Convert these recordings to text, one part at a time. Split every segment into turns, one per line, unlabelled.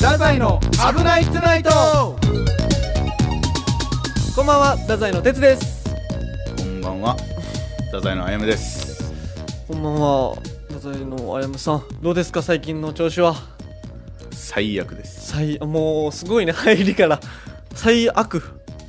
宰の危ないトゥナイト
こんばんは、太宰の哲です。
こんばんは、太宰のあやめです。
こんばんは、太宰のあやむさん。どうですか、最近の調子は。
最悪です。
最、もう、すごいね、入りから。最悪。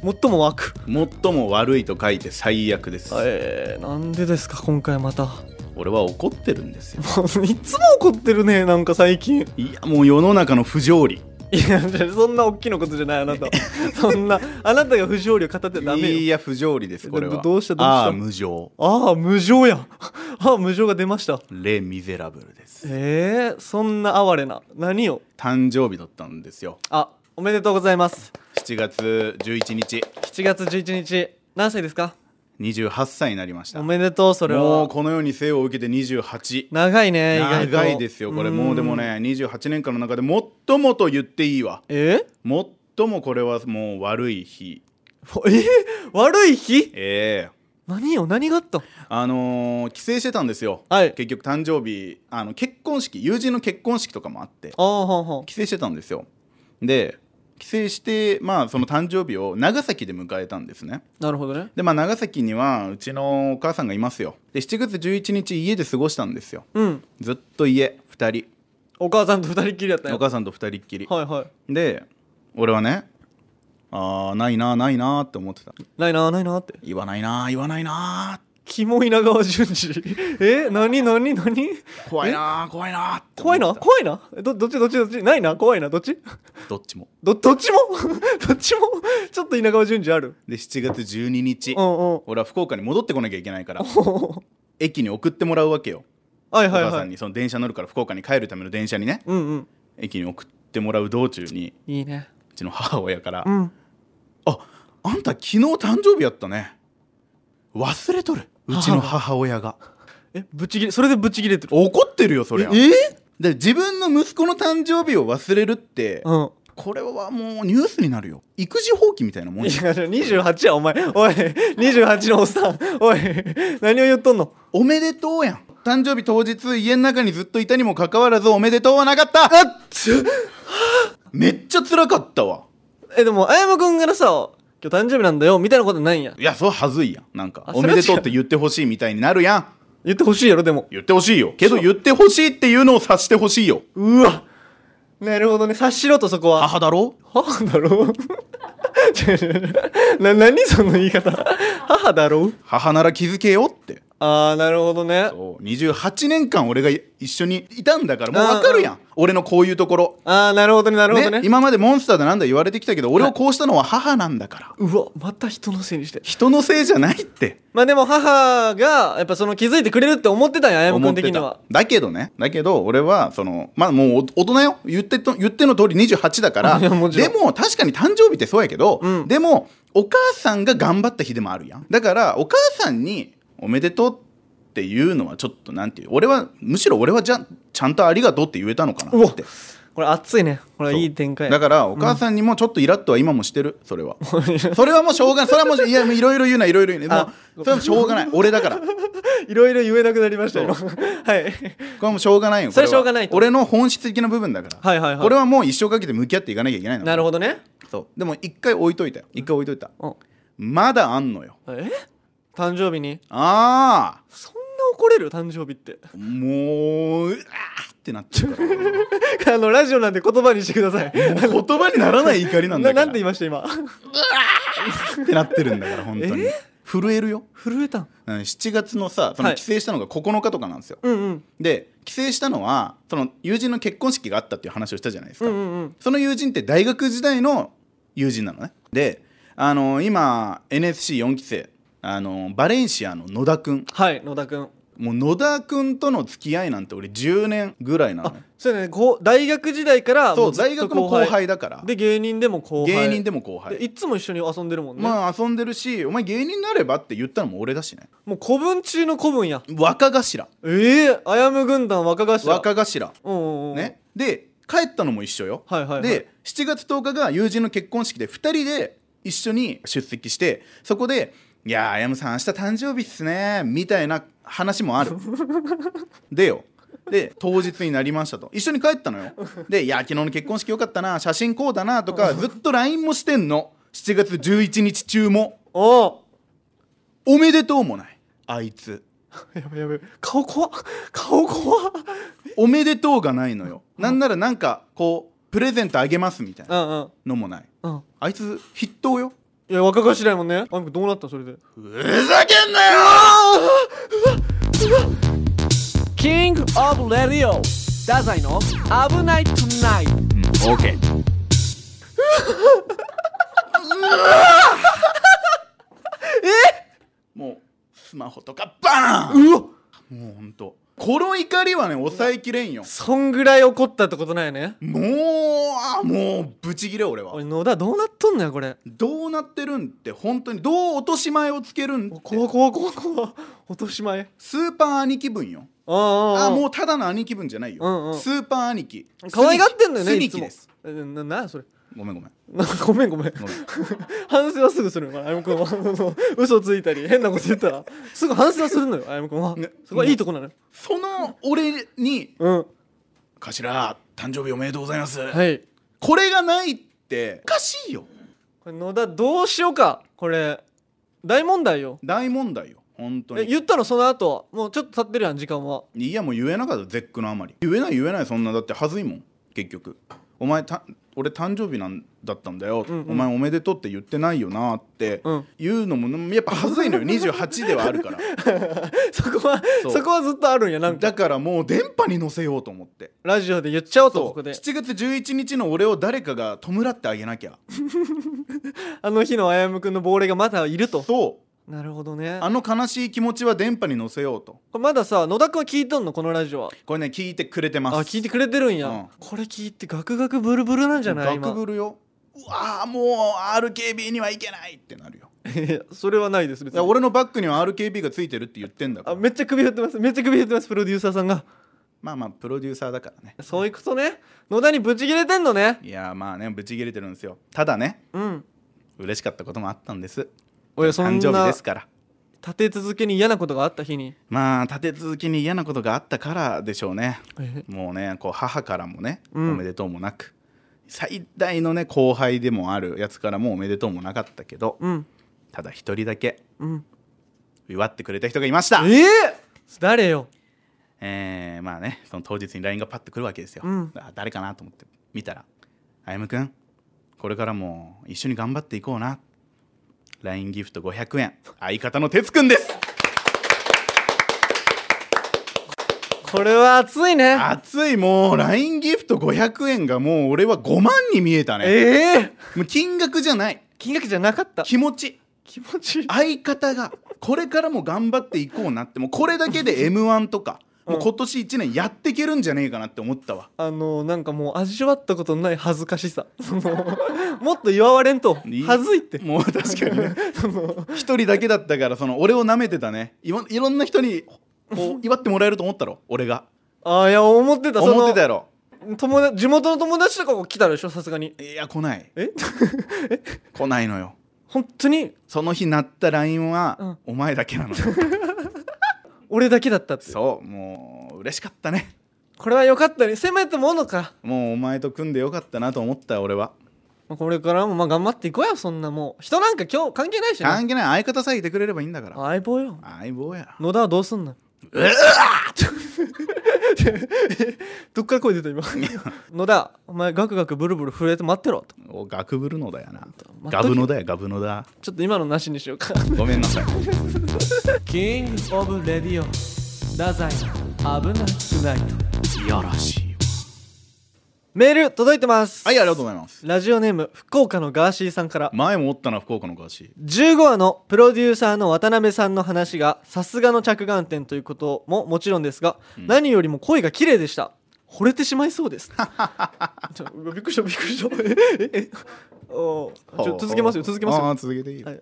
最も悪。
最も悪いと書いて最悪です。
えー、なんでですか、今回また。も
俺は怒ってるんですよ。
う、 いつも怒ってるね、なんか最近。
いや、もう世の中の不条理。
いや、そんな大きなことじゃない、あなた。 そんな、あなたが不条理を語ってダメ
い
よ。
や、不条理です、これは。
どうしたどうした
ああ、無情。
ああ、無情や。ああ、無情が出ました。
レ・ミゼラブルです。
えー、そんな哀れな。何を。
誕生日だったんですよ。
あ、おめでとうございます。
7月11日、
7月11日何歳ですか
28歳になりました。
お
も
めでとうそれ
う
は
この世に生を受けて28。
長いね意外と
長いですよ、これ。もうでもね、28年間の中で最もと言っていいわ。
え
最もこれはもう悪い日。
え 悪い日
ええ
何よ何があった
あのー帰省してたんですよ、
はい
結局誕生日あの結婚式友人の結婚式とかもあって
ああはんはん
帰省してたんですよで帰省してまあその誕生日を長崎で迎えたんですね
なるほどね
でまあ長崎にはうちのお母さんがいますよで7月11日家で過ごしたんですよ
うん
ずっと家2
お母さんと二人っきりやった
人お
よ
母さんと2人っきり
はいはい
で俺はねあーないなないなって思ってた
ないなないなって
言わないな言わないな
キモ稲川淳二 え何何何
怖いな怖いなって思っ
怖い
てた
な怖いなどどっちどっちどっちないな怖いなどっち
どっちも
どどっちも どっちもちょっと稲川淳二ある
で7月12日
うんうん
俺は福岡に戻ってこなきゃいけないから
は
駅に送ってもらうわけよ、
いはい
お母
は
さん
い
にその電車乗るから福岡に帰るための電車にね
うんうん
駅に送ってもらう道中に
いいね
うちの母親から「
うん
ああんた昨日誕生日やったね忘れとるうちの母親 が
えぶち切れそれでぶち切れてる
怒ってるよそりゃ
え
で自分の息子の誕生日を忘れるって
うん
これはもうニュースになるよ育児放棄みたいなもん
い
よ
や、28や、お前。おい、28のおっさん。おい、何を言っとんの
おめでとうやん誕生日当日家の中にずっといたにもかかわらずおめでとうはなかっためっちゃ辛かったわ
え、でも、あやまくんからさ、今日誕生日なんだよ、みたいなことないんや。
いやそれはずいやんなんか
あ
おめでとうって言ってほしいみたいになるやん
言ってほしいやろ、でも。
言ってほしいよけど言ってほしいっていうのを察してほしいよ
うわ。なるほどね、察しろと、そこは。
母だろ
母だろ う違う違う違うな、何その言い方。母だろう
母なら気づけよって
あー、なるほどね。
そう28年間俺が一緒にいたんだからもう分かるやん俺のこういうところ、
あー、なるほどね、なるほどね。
ね今までモンスターだなんだ言われてきたけど俺をこうしたのは母なんだから
うわ、また人のせいにして。
人のせいじゃないって
まあでも、母が、やっぱその気づいてくれるって思ってたんや、あやまくん的に
思っ
は
て。ただけどねだけど俺はそのまあもうお大人よ言ってと言っての通り28だから
いやもちろ
で
ん
も確かに誕生日ってそうやけど、
うん
でもお母さんが頑張った日でもあるやんだからお母さんに「おめでとう」っていうのはちょっとなんていう俺はむしろ俺はじゃちゃんと「ありがとう」って言えたのかな
うわ
って
これ熱いね。これ
そう
いい展開。
だからお母さんにもちょっとイラッとは今もしてるそれ はそれはもうしょうがないそれはもういやもういろいろ言うないろいろ言うなも
あ
うそれはもうしょうがない俺だ から
いろいろ言えなくなりましたよ。
そ
はい。
これはもうしょうがないよ
それ
こ
しょうがないと
俺の本質的な部分だから、
はいはいはい
これはもう一生かけて向き合っていかなきゃいけないの
なるほどね。
そうでも一回置いといたよ一回置いといた、
うん
まだあんのよ
え誕生日に
あ
そんな怒れる誕生日って。
あもううわーってなっちゃうから も
あの、ラジオなんで言葉にしてください。
う言葉にならない怒りなんだ
な
から
なんて言いました今。
ってなってるんだから本当に、
え
震えるよ
震えたん。
うん7月のさそ
は
の
い
帰省したのが9日とかなんですよ、
うんうん。
で帰省したのはその友人の結婚式があったっていう話をしたじゃないですか、
うんうんうん。
その友人って大学時代の友人なのねであの今 NSC4 期生あのバレンシアの野田くん
はい、野田くん。
もう野田くんとの付き合いなんて俺10年ぐらいなの
あ
ね、
そうだね。こう大学時代から、
そ
も
う
ずっと
大学の後輩だから
で、芸人でも後輩。
芸人でも後輩
でいつも一緒に遊んでるもんね。
まあ遊んでるしお前芸人になればって言ったのも俺だしね
もう古文中の古文や。
若頭
ええあやむ軍団若頭。
若頭
うんうんうん。
ねで帰ったのも一緒よ、
はいはいはい
で7月10日が友人の結婚式で2人で一緒に出席してそこで「いやー あやむさん明日誕生日っすね」みたいな話もあるでよで当日になりましたと一緒に帰ったの よで「いや昨日の結婚式よかったな写真こうだな」とかずっと LINE もしてんの7月11日中も
おお
「おめでとう」もないあいつ
やべやべ顔怖っ顔怖っ
「おめでとう」がないのよなんならなんかこうプレゼントあげますみたいな
うんうん
のもない
うん
あいつ筆頭よ
いや若頭やもんねあんこどうなったそれで
ふざけんなよ
キングオブレディオダザイの危ないトゥナイト
オー ケーもうスマホとかバーン
うわ
もうほんとこの怒りはね抑えきれんよ
そんぐらい怒ったってことなんやね
もうあもうブチギレ俺
お
はい
野田どうなっとんのやこれ
どうなってるんって本当にどう落とし前をつけるんっ
お
て
怖い怖い怖い怖い落とし前
スーパー兄貴分よ
ああ
あ
あ
もうただの兄貴分じゃないよ、
うんうん
スーパー兄貴
可愛がってんのよね
ス
い
ニ
つ
キ
も
です
えななんやそれ
ごめんごめん
な ごめんごめん
ごめん
反省はすぐするのよあやむくんは 嘘ついたり変なこと言ったらすぐ反省はするのよあやむくんは
ね
そこはいいとこなのよ
その俺に
うん
「頭誕生日おめでとうございます」
はい
これがないっておかしいよ
これ野田どうしようかこれ大問題よ
大問題よ本当
え
に
言ったのその後もうちょっと経ってるやん時間はい
やもう言えなかった絶句のあまり言えない言えないそんなだってはずいもん結局お前た俺誕生日なんだったんだよ、
うんうん
お前おめでとうって言ってないよなって
うん
言うのもやっぱはずいのよ28ではあるから
そこは
そ
そうこはずっとあるんやなんか
だからもう電波に乗せようと思って
ラジオで言っちゃおうと
そ
こ
う
こで
7月11日の俺を誰かが弔ってあげなきゃ
あの日のあやむくんの亡霊がまだいると
そう
なるほどね
あの悲しい気持ちは電波に乗せようと
これまださ野田くんは聞いとんのこのラジオは
これね聞いてくれてます
あ聞いてくれてるんや、
うん
これ聞いてガクガクブルブルなんじゃない
ガク
今
ブルようわーもう RKB にはいけないってなるよ
いや それはないです別
いや
に
俺のバッグには RKB がついてるって言ってんだか
あ
ら
めっちゃ首振ってますめっちゃ首振ってますプロデューサーさんが
まあまあプロデューサーだからね
そういうことね野田にブチ切れてんのね
いやーまあねブチ切れてるんですよただね
うん
嬉しかったこともあったんです
おやそん
誕生日
な
で
立
すから
て続けに嫌なことがあった日に
まあ立て続けに嫌なことがあったからでしょうね
え
もうねこう母からもね、
うん
おめでとうもなく最大のね後輩でもあるやつからもおめでとうもなかったけど
うん
ただ一人だけ
うん
祝ってくれた人がいました
えー誰よ
えー、まあねその当日に LINE がパッとくるわけですよ、
うん
あ誰かなと思って見たら「あやむくんこれからも一緒に頑張っていこうな」LINE ギフト500円相方の哲くん です
これは熱いね
熱いもう LINE ギフト500円がもう俺は5万に見えたね
ええ
もう金額じゃない
金額じゃなかった
気持ち
気持ちいい
相方がこれからも頑張っていこうなってもうこれだけで m 1とか、もう今年1年やっていけるんじゃねえかなって思ったわ
あのなんかもう味わったことのない恥ずかしさそのもっと祝われんと
いい
恥ずいって
もう確かにね
その
一人だけだったからその俺を舐めてたねいろいろんな人に こう祝ってもらえると思ったろ俺が
あーいや思ってたその
思ってたやろ
友達地元の友達とかも来たでしょさすがに
いや来ない
え
来ないのよ
本当に
その日鳴った LINE はお前だけ なのよ、
俺だけだったって
そうもう嬉しかったね
これは良かったねせめてものか、
もうお前と組んでよかったなと思った俺は
まあ、これからもまあ頑張っていこうよそんなもう人なんか今日関係ないしね
関係ない相方さえいてくれればいいんだから
相棒よ
相棒や
野田はどうすんの
うわ
どっから声 出た今野田お前ガクガクブルブル震えて待ってろと
おガクブルのだやな
まっとけ
ガブのだやガブのだ
ちょっと今のなしにしよ うか
ごめんなさい
キングオブレディオ太宰危なく ないと
いやらしいわ
メール届いてます
はいありがとうございます
ラジオネーム福岡のガーシーさんから
前もおったな福岡の歌詞
15話のプロデューサーの渡辺さんの話がさすがの着眼点ということももちろんですが、何よりも声が綺麗でした惚れてしまいそうですちょうわびっくりしたびっくりしたえええおーちょ続けますよ続けますよ
ああ続けていいよ
はい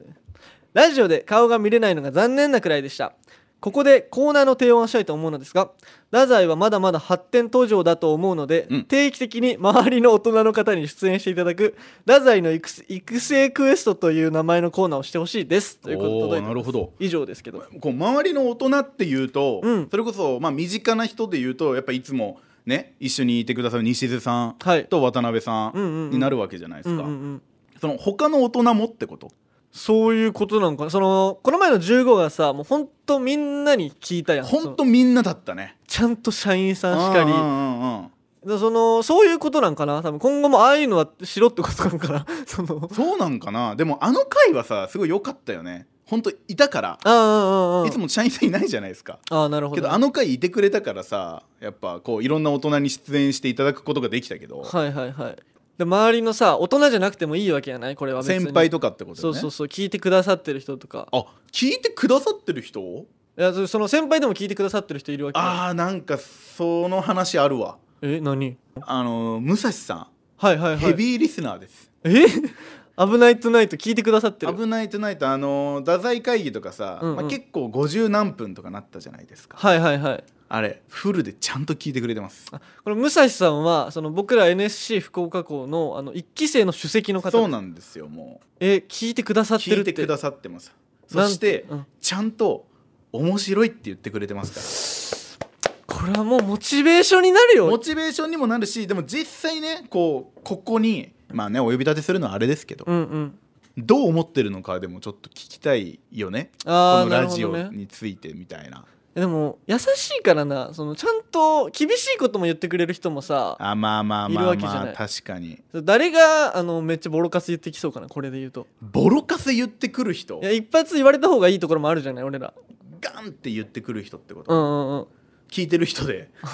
ラジオで顔が見れないのが残念なくらいでしたここでコーナーの提案をしたいと思うのですが太宰はまだまだ発展途上だと思うので、
うん
定期的に周りの大人の方に出演していただく太宰の育育成クエストという名前のコーナーをしてほしいですということで
お
届い
ー
て
な
ます
るほど
以上ですけど
こう周りの大人っていうと、
うん
それこそ、まあ、身近な人でいうとやっぱいつもね一緒にいてくださる西津さん
はい
と渡辺さん
うんうんうん
になるわけじゃないで
うん
す
うん
か、
うん
その他の大人もってこと
そういうことなのかなそのこの前の15がさもうほんとみんなに聞いたやん
ほん
その
とみんなだったね
ちゃんと社員さんしかり
うんうんうんうん
でそのそういうことなんかな多分今後もああいうのはしろってことなんかな その
そうなんかなでもあの回はさすごい良かったよねほんといたから
ああああああ
いつも社員さんいないじゃないですか
ああなるほ
け
どね、
どあの回いてくれたからさやっぱこういろんな大人に出演していただくことができたけど
はいはいはいで周りのさ大人じゃなくてもいいわけやないこれは別に
先輩とかってこと
そ
よ
う
ね
そうそう聞いてくださってる人とか
あ聞いてくださってる人
いやそその先輩でも聞いてくださってる人いるわけ
あーなんかその話あるわ
え何
あの武蔵さん、
はいはいはい
ヘビーリスナーです
え危ないトゥナイト聞いてくださってる
危ないトゥナイトあの太宰会議とかさ、
うんうん
まあ、結構50何分とかなったじゃないですか
はいはいはい
あれフルでちゃんと聞いてくれてます
この武蔵さんはその僕ら NSC 福岡校のあの一期生の主席の方
そうなんですよも
え聞いてくださ
う
ってる
聞
っ
い
て
てくださってます
な
そ
ん
して、
うん
ちゃんと面白いって言ってくれてますから
これはもうモチベーションになる
モ
よ
チベーションにもなるしでも実際ねこうここにまあねお呼び立てするのはあれですけど、
うんうん
どう思ってるのかでもちょっと聞きたいよね
ああ
この
なる
ラ
ほ
ジ
ど
オ
ね
についてみたいな
でも優しいからなそのちゃんと厳しいことも言ってくれる人もさ
あまあまあま
いる
あ
わけじゃ
ま
な
あ
い
確かに
誰があのめっちゃボロカス言ってきそうかなこれで言うと
ボロカス言ってくる人
いや一発言われた方がいいところもあるじゃない俺ら
ガンって言ってくる人ってこと、
うんうんうん
聞いてる人で あ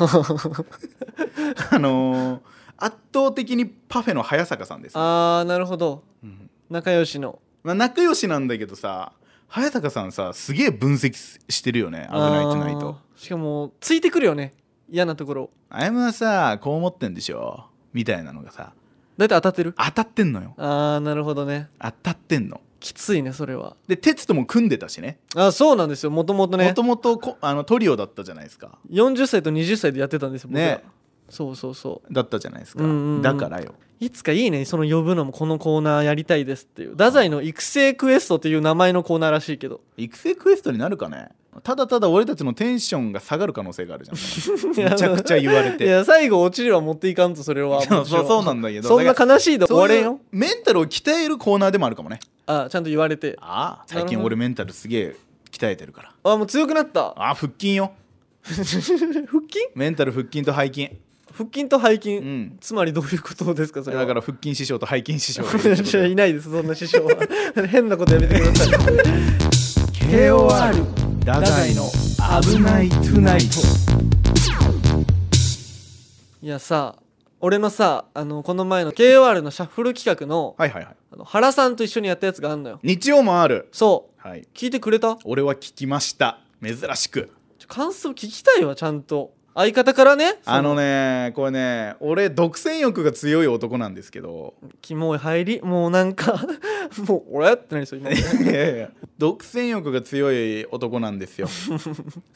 のー圧倒的にパフェの早坂さんです、
あーなるほど
うん
仲良しの
まあ、仲良しなんだけどさ早坂さんさすげえ分析すしてるよね「危ないトゥナイト
あーしかもついてくるよね嫌なところ」
「あやむはさこう思ってんでしょ」みたいなのがさ
大体当たってる
当たってんのよ
ああなるほどね
当たってんの
きついねそれは
で哲とも組んでたしね
あそうなんですよもともと
も
ね
ともとこあのトリオだったじゃないですか
40歳と20歳でやってたんですよ僕ら、
ね
そうそうそう
だったじゃないですか、
うんうんうん
だからよ
いつかいいねその呼ぶのもこのコーナーやりたいですっていう太宰の育成クエストという名前のコーナーらしいけど
育成クエストになるかねただただ俺たちのテンションが下がる可能性があるじゃ んめちゃくちゃ言われ
い
て
や最後落ちるは持っていかんとそれは
そうそうそうなんんだけど
そんな
だから
悲しいで終われ
そう
んよ
いうメンタルを鍛えるコーナーでもあるかもね
あちゃんと言われて
ああ最
なる
近
ほど
俺メンタルすげえ鍛えてるから
あもう強くなった
ああ腹筋よ
腹筋
メンタル腹筋と背筋
腹筋と背筋、
うん
つまりどういうことですかそれは
だから腹筋師匠と背筋師匠がいるってことで
い やいないですそんな師匠は 変なことやめてください
KOR 太宰の「危ないトゥナイト」
いやさ俺のさあのこの前の KOR のシャッフル企画の,、
はいはいはい
あの原さんと一緒にやったやつがあんのよ
日曜もある
そ
はいう
聞いてくれた
俺は聞きました珍しく
ちょ感想聞きたいわちゃんと相方からねそ
あのねこれね俺独占欲が強い男なんですけ ど
キモい入りもうなんか もう俺ってなりそう今
いやいや独占欲が強い男なんです よそ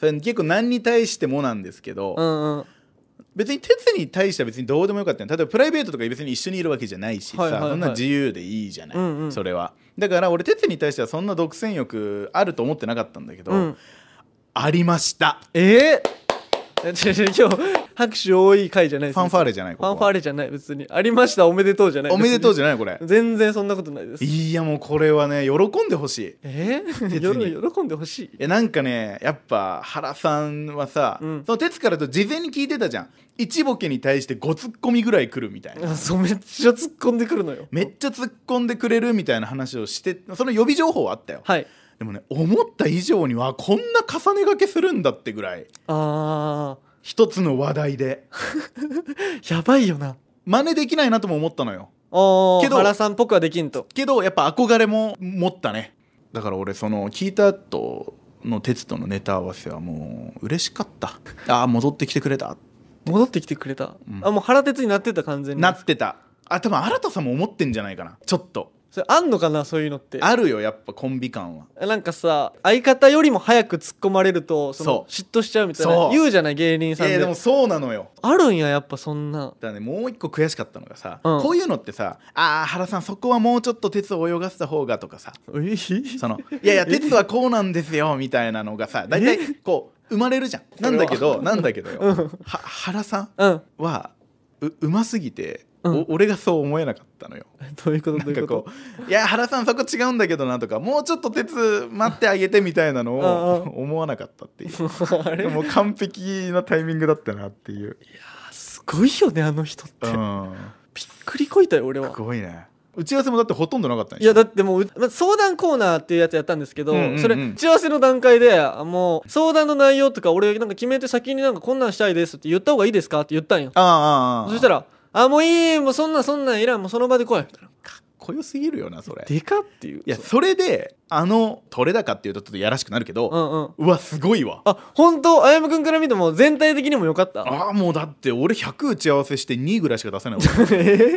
れ結構何に対してもなんですけど、
うんうん
別に鉄に対しては別にどうでもよかったよ例えばプライベートとか別に一緒にいるわけじゃないしさ、
はいはいはい
そんな自由でいいじゃない、
うんうん
それはだから俺鉄に対してはそんな独占欲あると思ってなかったんだけど、
うん
ありま した
ええ 違う違う今日拍手多い回じゃないです
ファンファーレじゃないこ
フ
こ
ァ
は
ンファーレじゃない別にありましたおめでとうじゃない
おめでとう
じ
じゃないこれ
ゃ全然そんなことないです
いやもうこれはね喜んでほしい
え
別に
ー、喜んでほしい
えなんかねやっぱ原さんはさ、
うん
その哲からと事前に聞いてたじゃん一ボケに対して5ツッコミぐらい来るみたいな
あそうめっちゃ突っ込んでくるのよ
めっちゃ突っ込んでくれるみたいな話をしてその予備情報はあったよ、
はい
でもね思った以上にはこんな重ねがけするんだってぐらい
あ
一つの話題で
ーやばいよな
真似できないなとも思ったのよ
あ
け
け
ど
ど原さんっぽくはできんと
けどやっぱ憧れも持ったねだから俺その聞いた後の哲とのネタ合わせはもう嬉しかったああ戻ってきてくれた
戻ってきてくれた、
うん
あもう原鉄になってた完全に
なってたあ多分新田さんも思ってんじゃないかなちょっと
それあんのかなそういうのって
あるよやっぱコンビ感は
なんかさ相方よりも早く突っ込まれるとその嫉妬しちゃうみたい
そ
な
う
言うじゃない芸人さん
え
で,、
ー、でもそうなのよ
あるんややっぱそんな
だからねもう一個悔しかったのがさ、
うん
こういうのってさ「ああ原さんそこはもうちょっと鉄を泳がせた方が」とか さ
え
その「いやいや鉄はこうなんですよ」みたいなのがさ大体こう生まれるじゃんなんだけどなんだけどよ、
うん
は原さん
うん
はううますぎて、
うん
お俺がそう思えなかったのよ。
どういうこと
な
どうんい
か
うこ
こう「いや原さんそこ違うんだけどな」とか「もうちょっと鉄待ってあげて」みたいなのを
うん
思わなかったっていう
と あれ
もう完璧なタイミングだったなっていう、
すごいよねあの人って、
うん、
びっくりこいたよ俺
す
は
ごいね打ち合わせもだってほとんどなかったんでしょ
いやだってもう、ま、相談コーナーっていうやつやったんですけど、
うんうんうん
それ打ち合わせの段階であもう相談の内容とか俺なんか決めて先になんかこんなんしたいですって言った方がいいですかって言ったんよ
ああああああ
そしたら「あもういいもうそんなんそんなんいらんもうその場で来い」みたいな
濃よすぎるよなそれ
でかっていう
いや
そう
それであの取れ高っていうとちょっとやらしくなるけど、
うんうん
うわすごいわ
あ本当あやむくんから見ても全体的にも良かった
ああもうだって俺100打ち合わせして2ぐらいしか出せないわ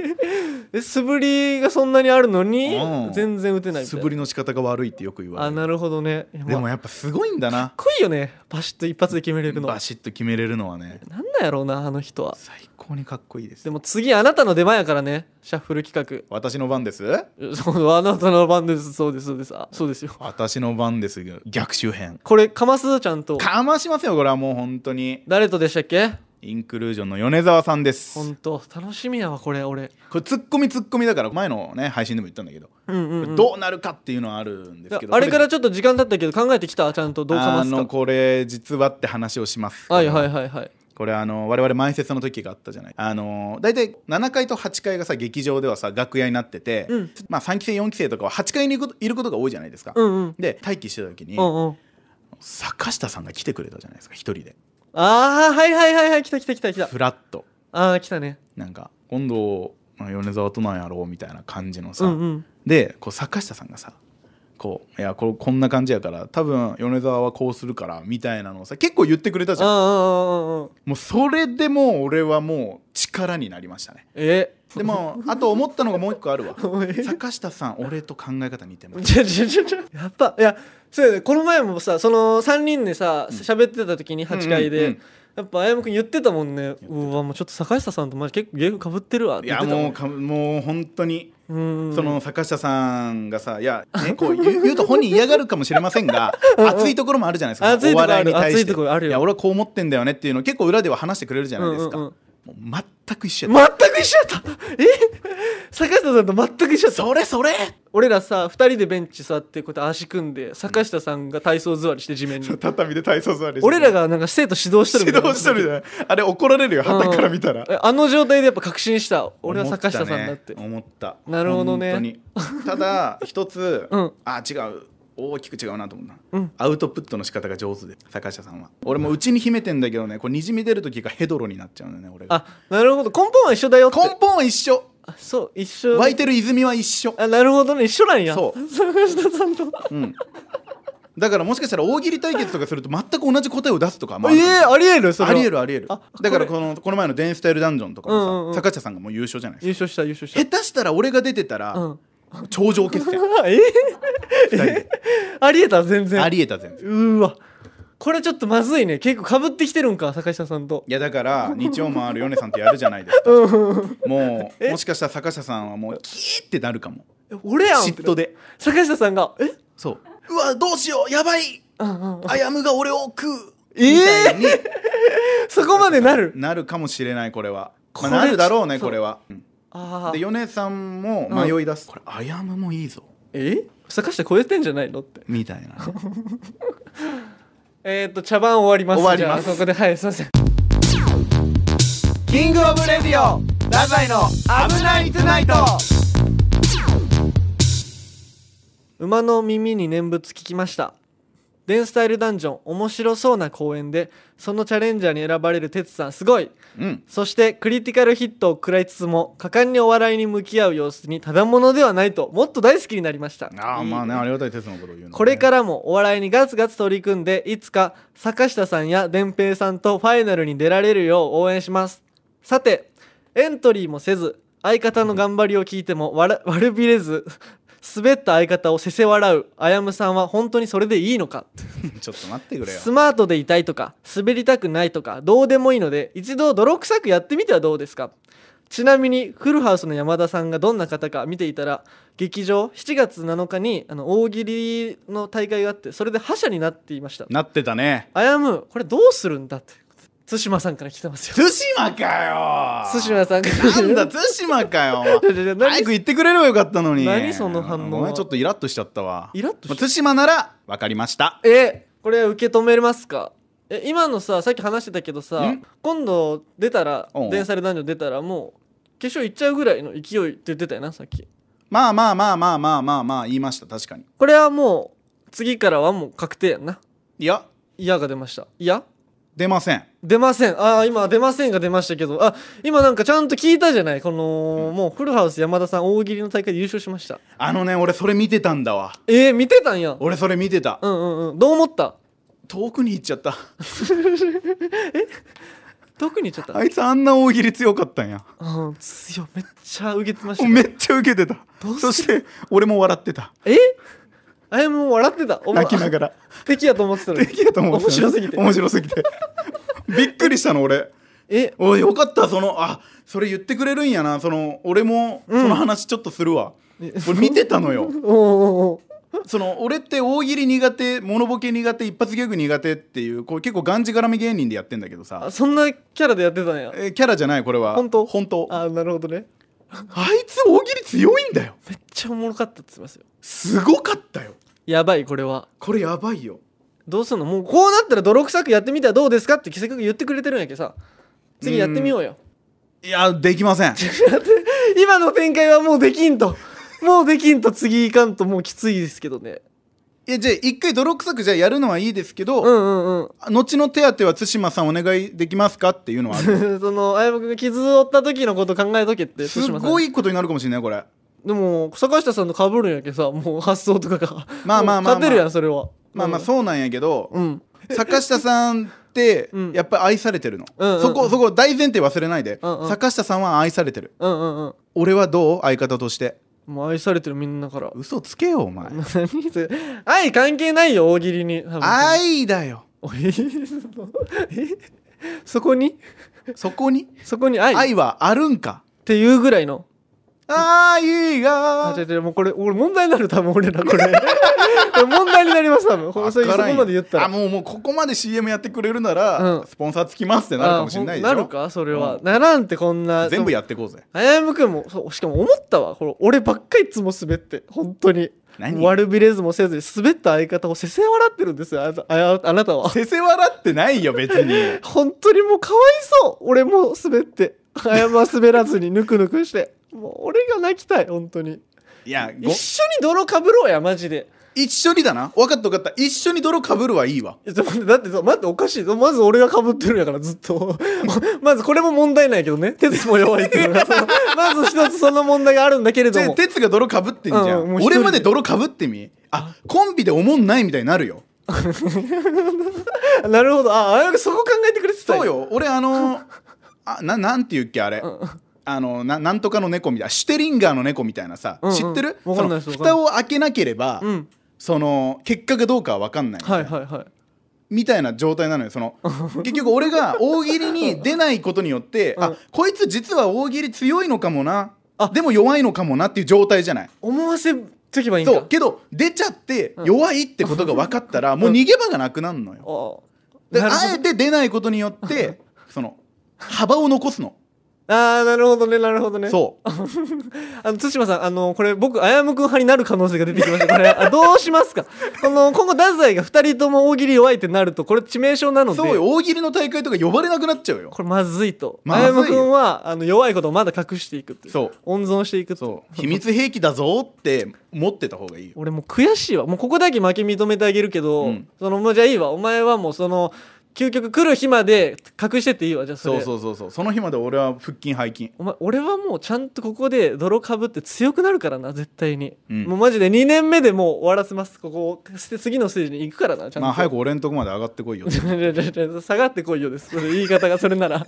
え素振りがそんなにあるのに
うん
全然打てないみた
素
いな
振りの仕方が悪いってよく言わ
あ
れる
なるほどねいやまあ
でもやっぱすごいんだな
かっこいいよねバシッと一発で決めれるの
バシッと決めれるのはね
なんなんやろうなあの人は
最高にかっこいいです
でも次あなたの出番やからねシャッフル企
私の番です
画そうあなたの番ですそうですそうですあそうですよ
私の番ですが逆周辺
これかますちゃん と
かましますよこれはもう本当に
誰とでしたっけ
インクルージョンの米沢さんです
本当楽しみやわこれ俺
これツッコミツッコミだから前のね配信でも言ったんだけど、
うんうん、うん、
どうなるかっていうのはあるんですけど
あれから
こ
ちょっと時間経ったけど考えてきたちゃんとどうかま
あ
す
の
か
これ実はって話をします
はいはいはいはい
これあの我々前説の時があったじゃないあの大体7階と8階がさ劇場ではさ楽屋になってて、
うん
まあ3期生4期生とかは8階にいることいることが多いじゃないですか、
うんうん
で待機してた時に、
うんうん
坂下さんが来てくれたじゃないですか一人で
ああはいはいはいはい来た来た来た来た
フラッと
ああ来たね
なんか今度米沢となんやろうみたいな感じのさ、
うんうん
でこう坂下さんがさこういやここんな感じやから多分米沢はこうするからみたいなのをさ結構言ってくれたじ
あ
ゃん
あああ
もうそれでもう俺はもう力になりましたね
え
でもあと思ったのがもう一個あるわ
え
坂下さん俺と考え方似てます
ちょちょちょちょやっぱいやそうやねこの前もさその3人でさ喋ってた時に8階で、
うんうんうん
やっぱあやむくん言ってたもんねうわもうちょっと坂下さんとマジ結構ゲームかぶってるわっ
い
て言っ
や
てた
もうかもう本当に
もんうーん
その坂下さんがさいや、ね、こう 言う言うと本人嫌がるかもしれませんが熱いところもあるじゃないですか
熱いところあ
お
る
笑いに対して
熱いところあるよ
いや俺はこう思ってんだよねっていうのを結構裏では話してくれるじゃないですか、
うんうん
もう全く一緒やった
全く一緒やったえ坂下さんと全く一緒やった
それそれ
俺らさ2人でベンチ座ってこうやって足組んで坂下さんが体操座りして地面に
畳で体操座りして
俺らがなんか生徒指導してるみ
指
たいな
導してるじゃないあれ怒られるよ
うん
旗から見たら
えあの状態でやっぱ確信した俺は坂下さんだって、
思った,、
なるほどね
本当にただ一つ、
うん
あ違う大きく違うなと思った、
うん
アウトプットの仕方が上手で坂下さんは俺もうちに秘めてんだけどねこうにじみ出る時がヘドロになっちゃうんだよね俺が
あなるほど根本は一緒だよって
根本は一緒
あそう一緒
湧いてる泉は一緒、
あなるほどね一緒なんや
そう
坂下さんと
うん、だからもしかしたら大喜利対決とかすると全く同じ答えを出すとかもあ
え
るかもしれない
えありえるそれ
あ
は
りえるありえる
あ
だから
こ
このこの前の「デンスタイルダンジョン」とかもさ、
うんうんうん
坂下さんがもう優勝じゃないで
優
す
勝した優勝し
か
た
下手したら俺が出てたら、
うん
頂上決戦
え
二人で
ありえた全然
ありえた全然
うーわこれちょっとまずいね結構かぶってきてるんか坂下さんと
いやだから日曜もある米さんとやるじゃないですかもうもしかしたら坂下さんはもうキーってなるかも
え俺やん
嫉妬で
坂下さんがえ
そううわどうしようやばい
うんうん
あやむが俺を食う
えー
みたいに
そこまでなる
なるかもしれないこれは、
こ
まあ、
れ
なるだろうね
そう
これは、うん
あ
で
あ
米さんも迷い出す、これあやむもいいぞ
え坂下超えてんじゃないのって
みたいなね
えっと茶番終わります
終わります
じゃあここではいすいません
キングオブレディオラザイの危ないトゥナイト
馬の耳に念仏聞きましたデンスタイルダンジョン面白そうな公演でそのチャレンジャーに選ばれる哲さんすごい
うん
そしてクリティカルヒットを食らいつつも果敢にお笑いに向き合う様子にただものではないともっと大好きになりました
ああ
いい
まあねありがたい鉄のことを言うの、ね、
これからもお笑いにガツガツ取り組んでいつか坂下さんや伝平さんとファイナルに出られるよう応援しますさ てエントリーもせず相方の頑張りを聞いても悪悪びれず滑った相方をせせ笑うあやむさんは本当にそれでいいのか
ちょっと待ってくれよ
スマートでいたいとか滑りたくないとかどうでもいいので一度泥臭くやってみてはどうですかちなみにフルハウスの山田さんがどんな方か見ていたら劇場7月7日にあの大喜利の大会があってそれで覇者になっていました
なってたね
あやむこれどうするんだって対馬さんから来てますよ
対馬かよ
対馬さんから
なんだ対馬かよお前
何
早く言ってくれればよかったのに
何その反応は
お前ちょっとイラッとしちゃったわ
イラッとしちゃ
ま
っ
あ対馬なら分かりました
えこれ受け止めますかえ今のささっき話してたけどさ
ん
今度出たら
おう
電車で男女出たらもう決勝行っちゃうぐらいの勢いって言ってたよなさっき
まあまあまあまあまあまあまあ言いました確かに
これはもう次からはもう確定やんない
や
嫌が出ましたいや
出ません
出ませんあー今出ませんが出ましたけどあ今なんかちゃんと聞いたじゃないこの、もうフルハウス山田さん大喜利の大会で優勝しました
あのね俺それ見てたんだわ
えー、見てたんや
俺それ見てた
うんうんうんどう思った
遠くに行っちゃった
遠くに行っちゃった、
あいつあんな大喜利強かったんや
うん強いめっちゃ受けてまし
も
た
う
ね
めっちゃ受けてた
どうする
そして俺も笑ってた
えあれもう笑ってたお前
泣きながら
敵やと思ってたのに
敵やと思って
面白すぎて
面白すぎてびっくりしたの俺
え
おいよかったそのあそれ言ってくれるんやなその俺も
うん
その話ちょっとするわ、俺見てたのよ
おうおう
その俺って大喜利苦手モノボケ苦手一発ギャグ苦手っていうこう結構がんじがらみ芸人でやってんだけど
おう
さ
あそんなキャラでやってたんや
えキャラじゃないこれは
本当
本当あ
あなるほどね
いつ大喜利強いんだよ
めっちゃおもろかったって言ってますよ
すごかったよ
やばいこれは
これやばいよ
どうすんのもうこうなったら泥臭くやってみたらどうですかってせっかく言ってくれてるんやけどさ次やってみようよ
いやできません
今の展開はもうできんともうできんと次いかんともうきついですけどね
いやじゃあ一回泥臭くじゃあやるのはいいですけど、
うんうんうん
後の手当は対馬さんお願いできますかっていうのはあ る
そのあやむくんが傷を負った時のこと考えとけって
す
対馬さん
ごいことになるかもしれないこれ
でも坂下さんと被るんやけどさもう発想とかが
まあまあまあまあ
もう勝てるやんそれは
まあまあ
うん
そうなんやけど、
うん
坂下さんって
うん
やっぱり愛されてるの、
うんうんうん
そこそこ大前提忘れないで、
うんうん
坂下さんは愛されてる
うんうんうん
俺はどう相方として
もう愛されてるみんなから
嘘つけよお前
何それ愛関係ないよ大喜利に多分
愛だよ
おいえそこに
そこに
そこに愛っ
愛はあるんか
ていうぐらいの
愛
あ
が
違う違うもうこれ俺問題になる多分俺 らこれこれ問題になります多分ほんそれそ
わからん
こ
よ
まで言ったら
あもうもうここまで CM やってくれるなら、
うん
スポンサーつきますってなるかもしれないでしょ
あほんなるかそれは、
うん
ならんってこんな
全部
や
やってこうぜ
あやむくんもそうしかも思ったわこれ俺ばっかいつも滑って本当に
何
悪びれずもせずに滑った相方をせせ笑ってるんですよあなたあやあなたは
せせ笑ってないよ別に
本当にもうかわいそう俺も滑ってあやむは滑らずにぬくぬくしてもう俺が泣きたい本当に
い やご
一緒に泥かぶろうやマジで
一緒にだな分かった分かった一緒に泥かぶるはいいわ
いやちょっと待ってだってそう待っておかしいまず俺がかぶってるんやからずっと まずこれも問題ないけどね鉄も弱いっていうのがそのまず一つその問題があるんだけれど
じゃあ
も
哲が泥かぶってんじゃん、
うんもう一人で
俺まで泥かぶってみあコンビでおもんないみたいになるよ
なるほどああやむそこ考えてくれてたんや
そうよ俺あ のあななんて言うっけあれ、あのななんとかの猫みたいなシュテリンガーの猫みたいなさ、
うんうん
知ってる
わかんない
そ
です
の
わかんない
蓋を開けなければ、
うん
その結果がどうかは分かんないみたい
は
ない
はいはい
みたいな状態なのよそ の結局俺が大喜利に出ないことによって、
うん
あこいつ実は大喜利強いのかもな
あ
でも弱いのかもなっていう状態じゃない
思わせとけばいいんだ
そうけど出ちゃって弱いってことが分かったら、もう逃げ場がなくなるのよ、
あ
だか
あ
らあえて出ないことによって その幅を残すの、
あーなるほどねなるほどね
そう
あの対馬さんあのこれ僕あやむくん派になる可能性が出てきましたこれ あどうしますかこの今後太宰が2人とも大喜利弱いってなるとこれ致命傷なので
そうよ大喜利の大会とか呼ばれなくなっちゃうよ
これまずいと
ま
あ
ずい
や
よ
むくんはあの弱いことをまだ隠していくってい
そう
温存していくと
そう秘密兵器だぞって持ってた方がいいよ
俺もう悔しいわもうここだけ負け認めてあげるけど、
うん
そのもうじゃあいいわお前はもうその究極来る日まで隠してていいわじゃあそ
そ
れ
うそうそうそうその日まで俺は腹筋背筋
お前俺はもうちゃんとここで泥かぶって強くなるからな絶対に、
うん
もうマジで2年目でもう終わらせますここを捨て次のステージに行くからなちゃんと、
まあ早く俺のとこまで上がってこいよ
いやいやいや下がってこいよですそれ言い方がそれなら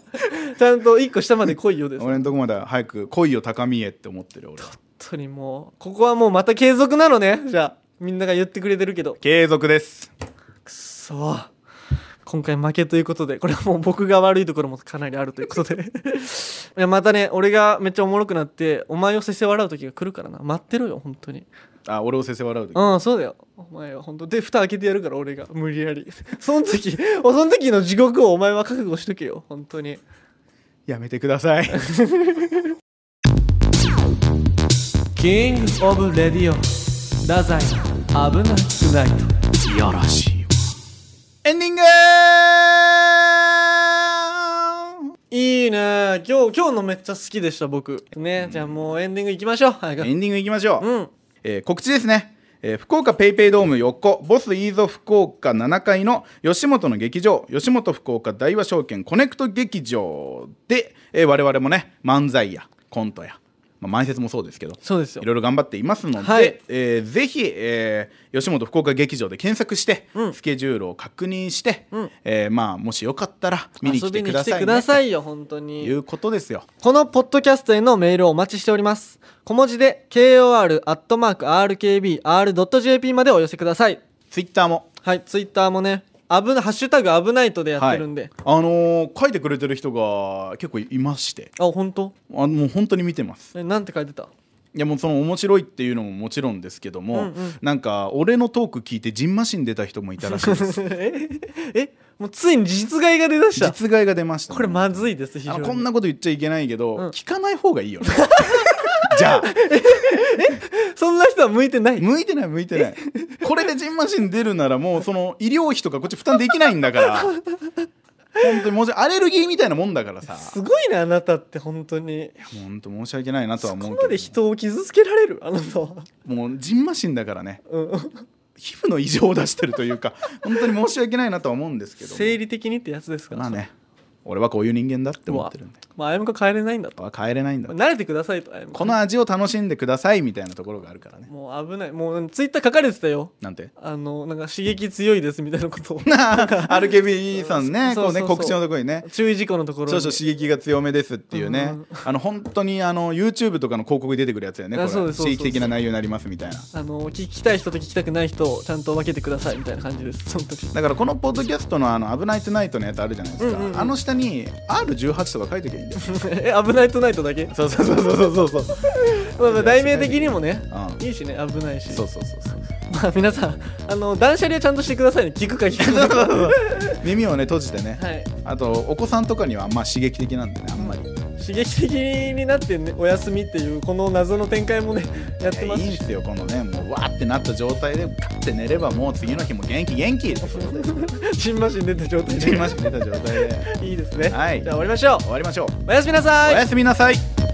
ちゃんと1個下まで来いよです
俺のとこまで早く来いよ高見えって思ってる俺は
当にもうここはもうまた継続なのねじゃあみんなが言ってくれてるけど
継続です
くっそー今回負けということでこれはもう僕が悪いところもかなりあるということで いやまたね俺がめっちゃおもろくなってお前をせせ笑う時が来るからな待ってろよ本当に
あ俺をせせ笑う時
うんそうだよお前は本当で蓋開けてやるから俺が無理やり その時おその時の地獄をお前は覚悟しとけよ本当に
やめてください
キングオブレディオ太宰危なくないと
いやらしいわエンディングエ
いいね今日今日のめっちゃ好きでした僕ね、じゃあもうエンディングいきましょうはい
ンディングいきましょう、
うん
えー告知ですね、えー福岡ペイペイドーム横ボスイーゾ福岡7階の吉本の劇場吉本福岡大和証券コネクト劇場で、えー我々もね漫才やコントや、まあ、前説もそうですけど
そうですよ
いろいろ頑張っていますので、
はい
えーぜひ、えー吉本福岡劇場で検索して、
うん
スケジュールを確認して、
うん
えーまあ、もしよかったら見に来てください,、ね、
遊びに来てくださいよ本当
と
に
いうことですよ。
このポッドキャストへのメールをお待ちしております小文字で kor.rkbr.jp までお寄せください
ツイッターも
はいツイッターもね危なハッシュタグ危ないとでやってるんで、
はい、あのー書いてくれてる人が結構いまして
あ本当
あもう本当に見てます
えなんて書いてた
いやもうその面白いっていうのももちろんですけども、
うんうん
なんか俺のトーク聞いてジンマシン出た人もい たらしいです
ええもうついに実害が出だした
実害が出ましたね、
これまずいです非常
あ
に
のこんなこと言っちゃいけないけど、
うん
聞かない方がいいよね じゃあ
そんな人は向いてな い
向いてない向いてないこれでジンマシン出るならもうその医療費とかこっち負担できないんだから本当に申しアレルギーみたいなもんだからさ
すごいねあなたって本当に
もう本当申し訳ないなとは
そ
思
こ
う
ま
け
で
ど
人を傷つけられる あなたは、
もうジンマシンだからね
うん、
皮膚の異常を出してるというか本当に申し訳ないなとは思うんですけども
生理的にってやつですから
まあね俺はこういう人間だって思ってるんで
まああやむか帰れないんだと
は変えれないんだ
慣れてくださいとあやむか
この味を楽しんでくださいみたいなところがあるからね
もう危ないもうツイッター書かれてたよ
なん て
あのなんか刺激強いですみたいなことを
RKB さんね
そう
こうね
そうそう
告知のところにね
注意事項のところ
少
に
々刺激が強めですっていうね、
うん
あの本当にあの YouTube とかの広告に出てくるやつやねこ
あ
れ
そう
刺
ですそうで
激
す
的な内容になりますみたいな
あの聞きたい人と聞きたくない人をちゃんと分けてくださいみたいな感じですその時
だからこのポッドキャストの「あの危ないトゥナイト」のやつあるじゃないですか、
うんうんうん
あの下に R18 とか書いときゃいいんだ よ
え危ないとないとだけ、
そうそうそうそうそうそうそう
まあまあ、題名的にもね
うん
いいしね危ないし
そうそうそう
まあ皆さんあの断捨離はちゃんとしてくださいね聞くか聞かないか
耳をね閉じてね、
はい
あとお子さんとかにはあんま刺激的なんでねあんまり、
刺激的になって、ね、お休みっていうこの謎の展開もねやっ
いや
てま
い
す
いん
し
ですよこのねもうわーってなった状態でカッて寝ればもう次の日も元気元気ってことで
新マシン出た状態
ジン
で
マシン出た状態で
いいですね、
はい
じゃあ終わりましょ
終わりましょう
うおやすみなさ
お
い
やすみなさい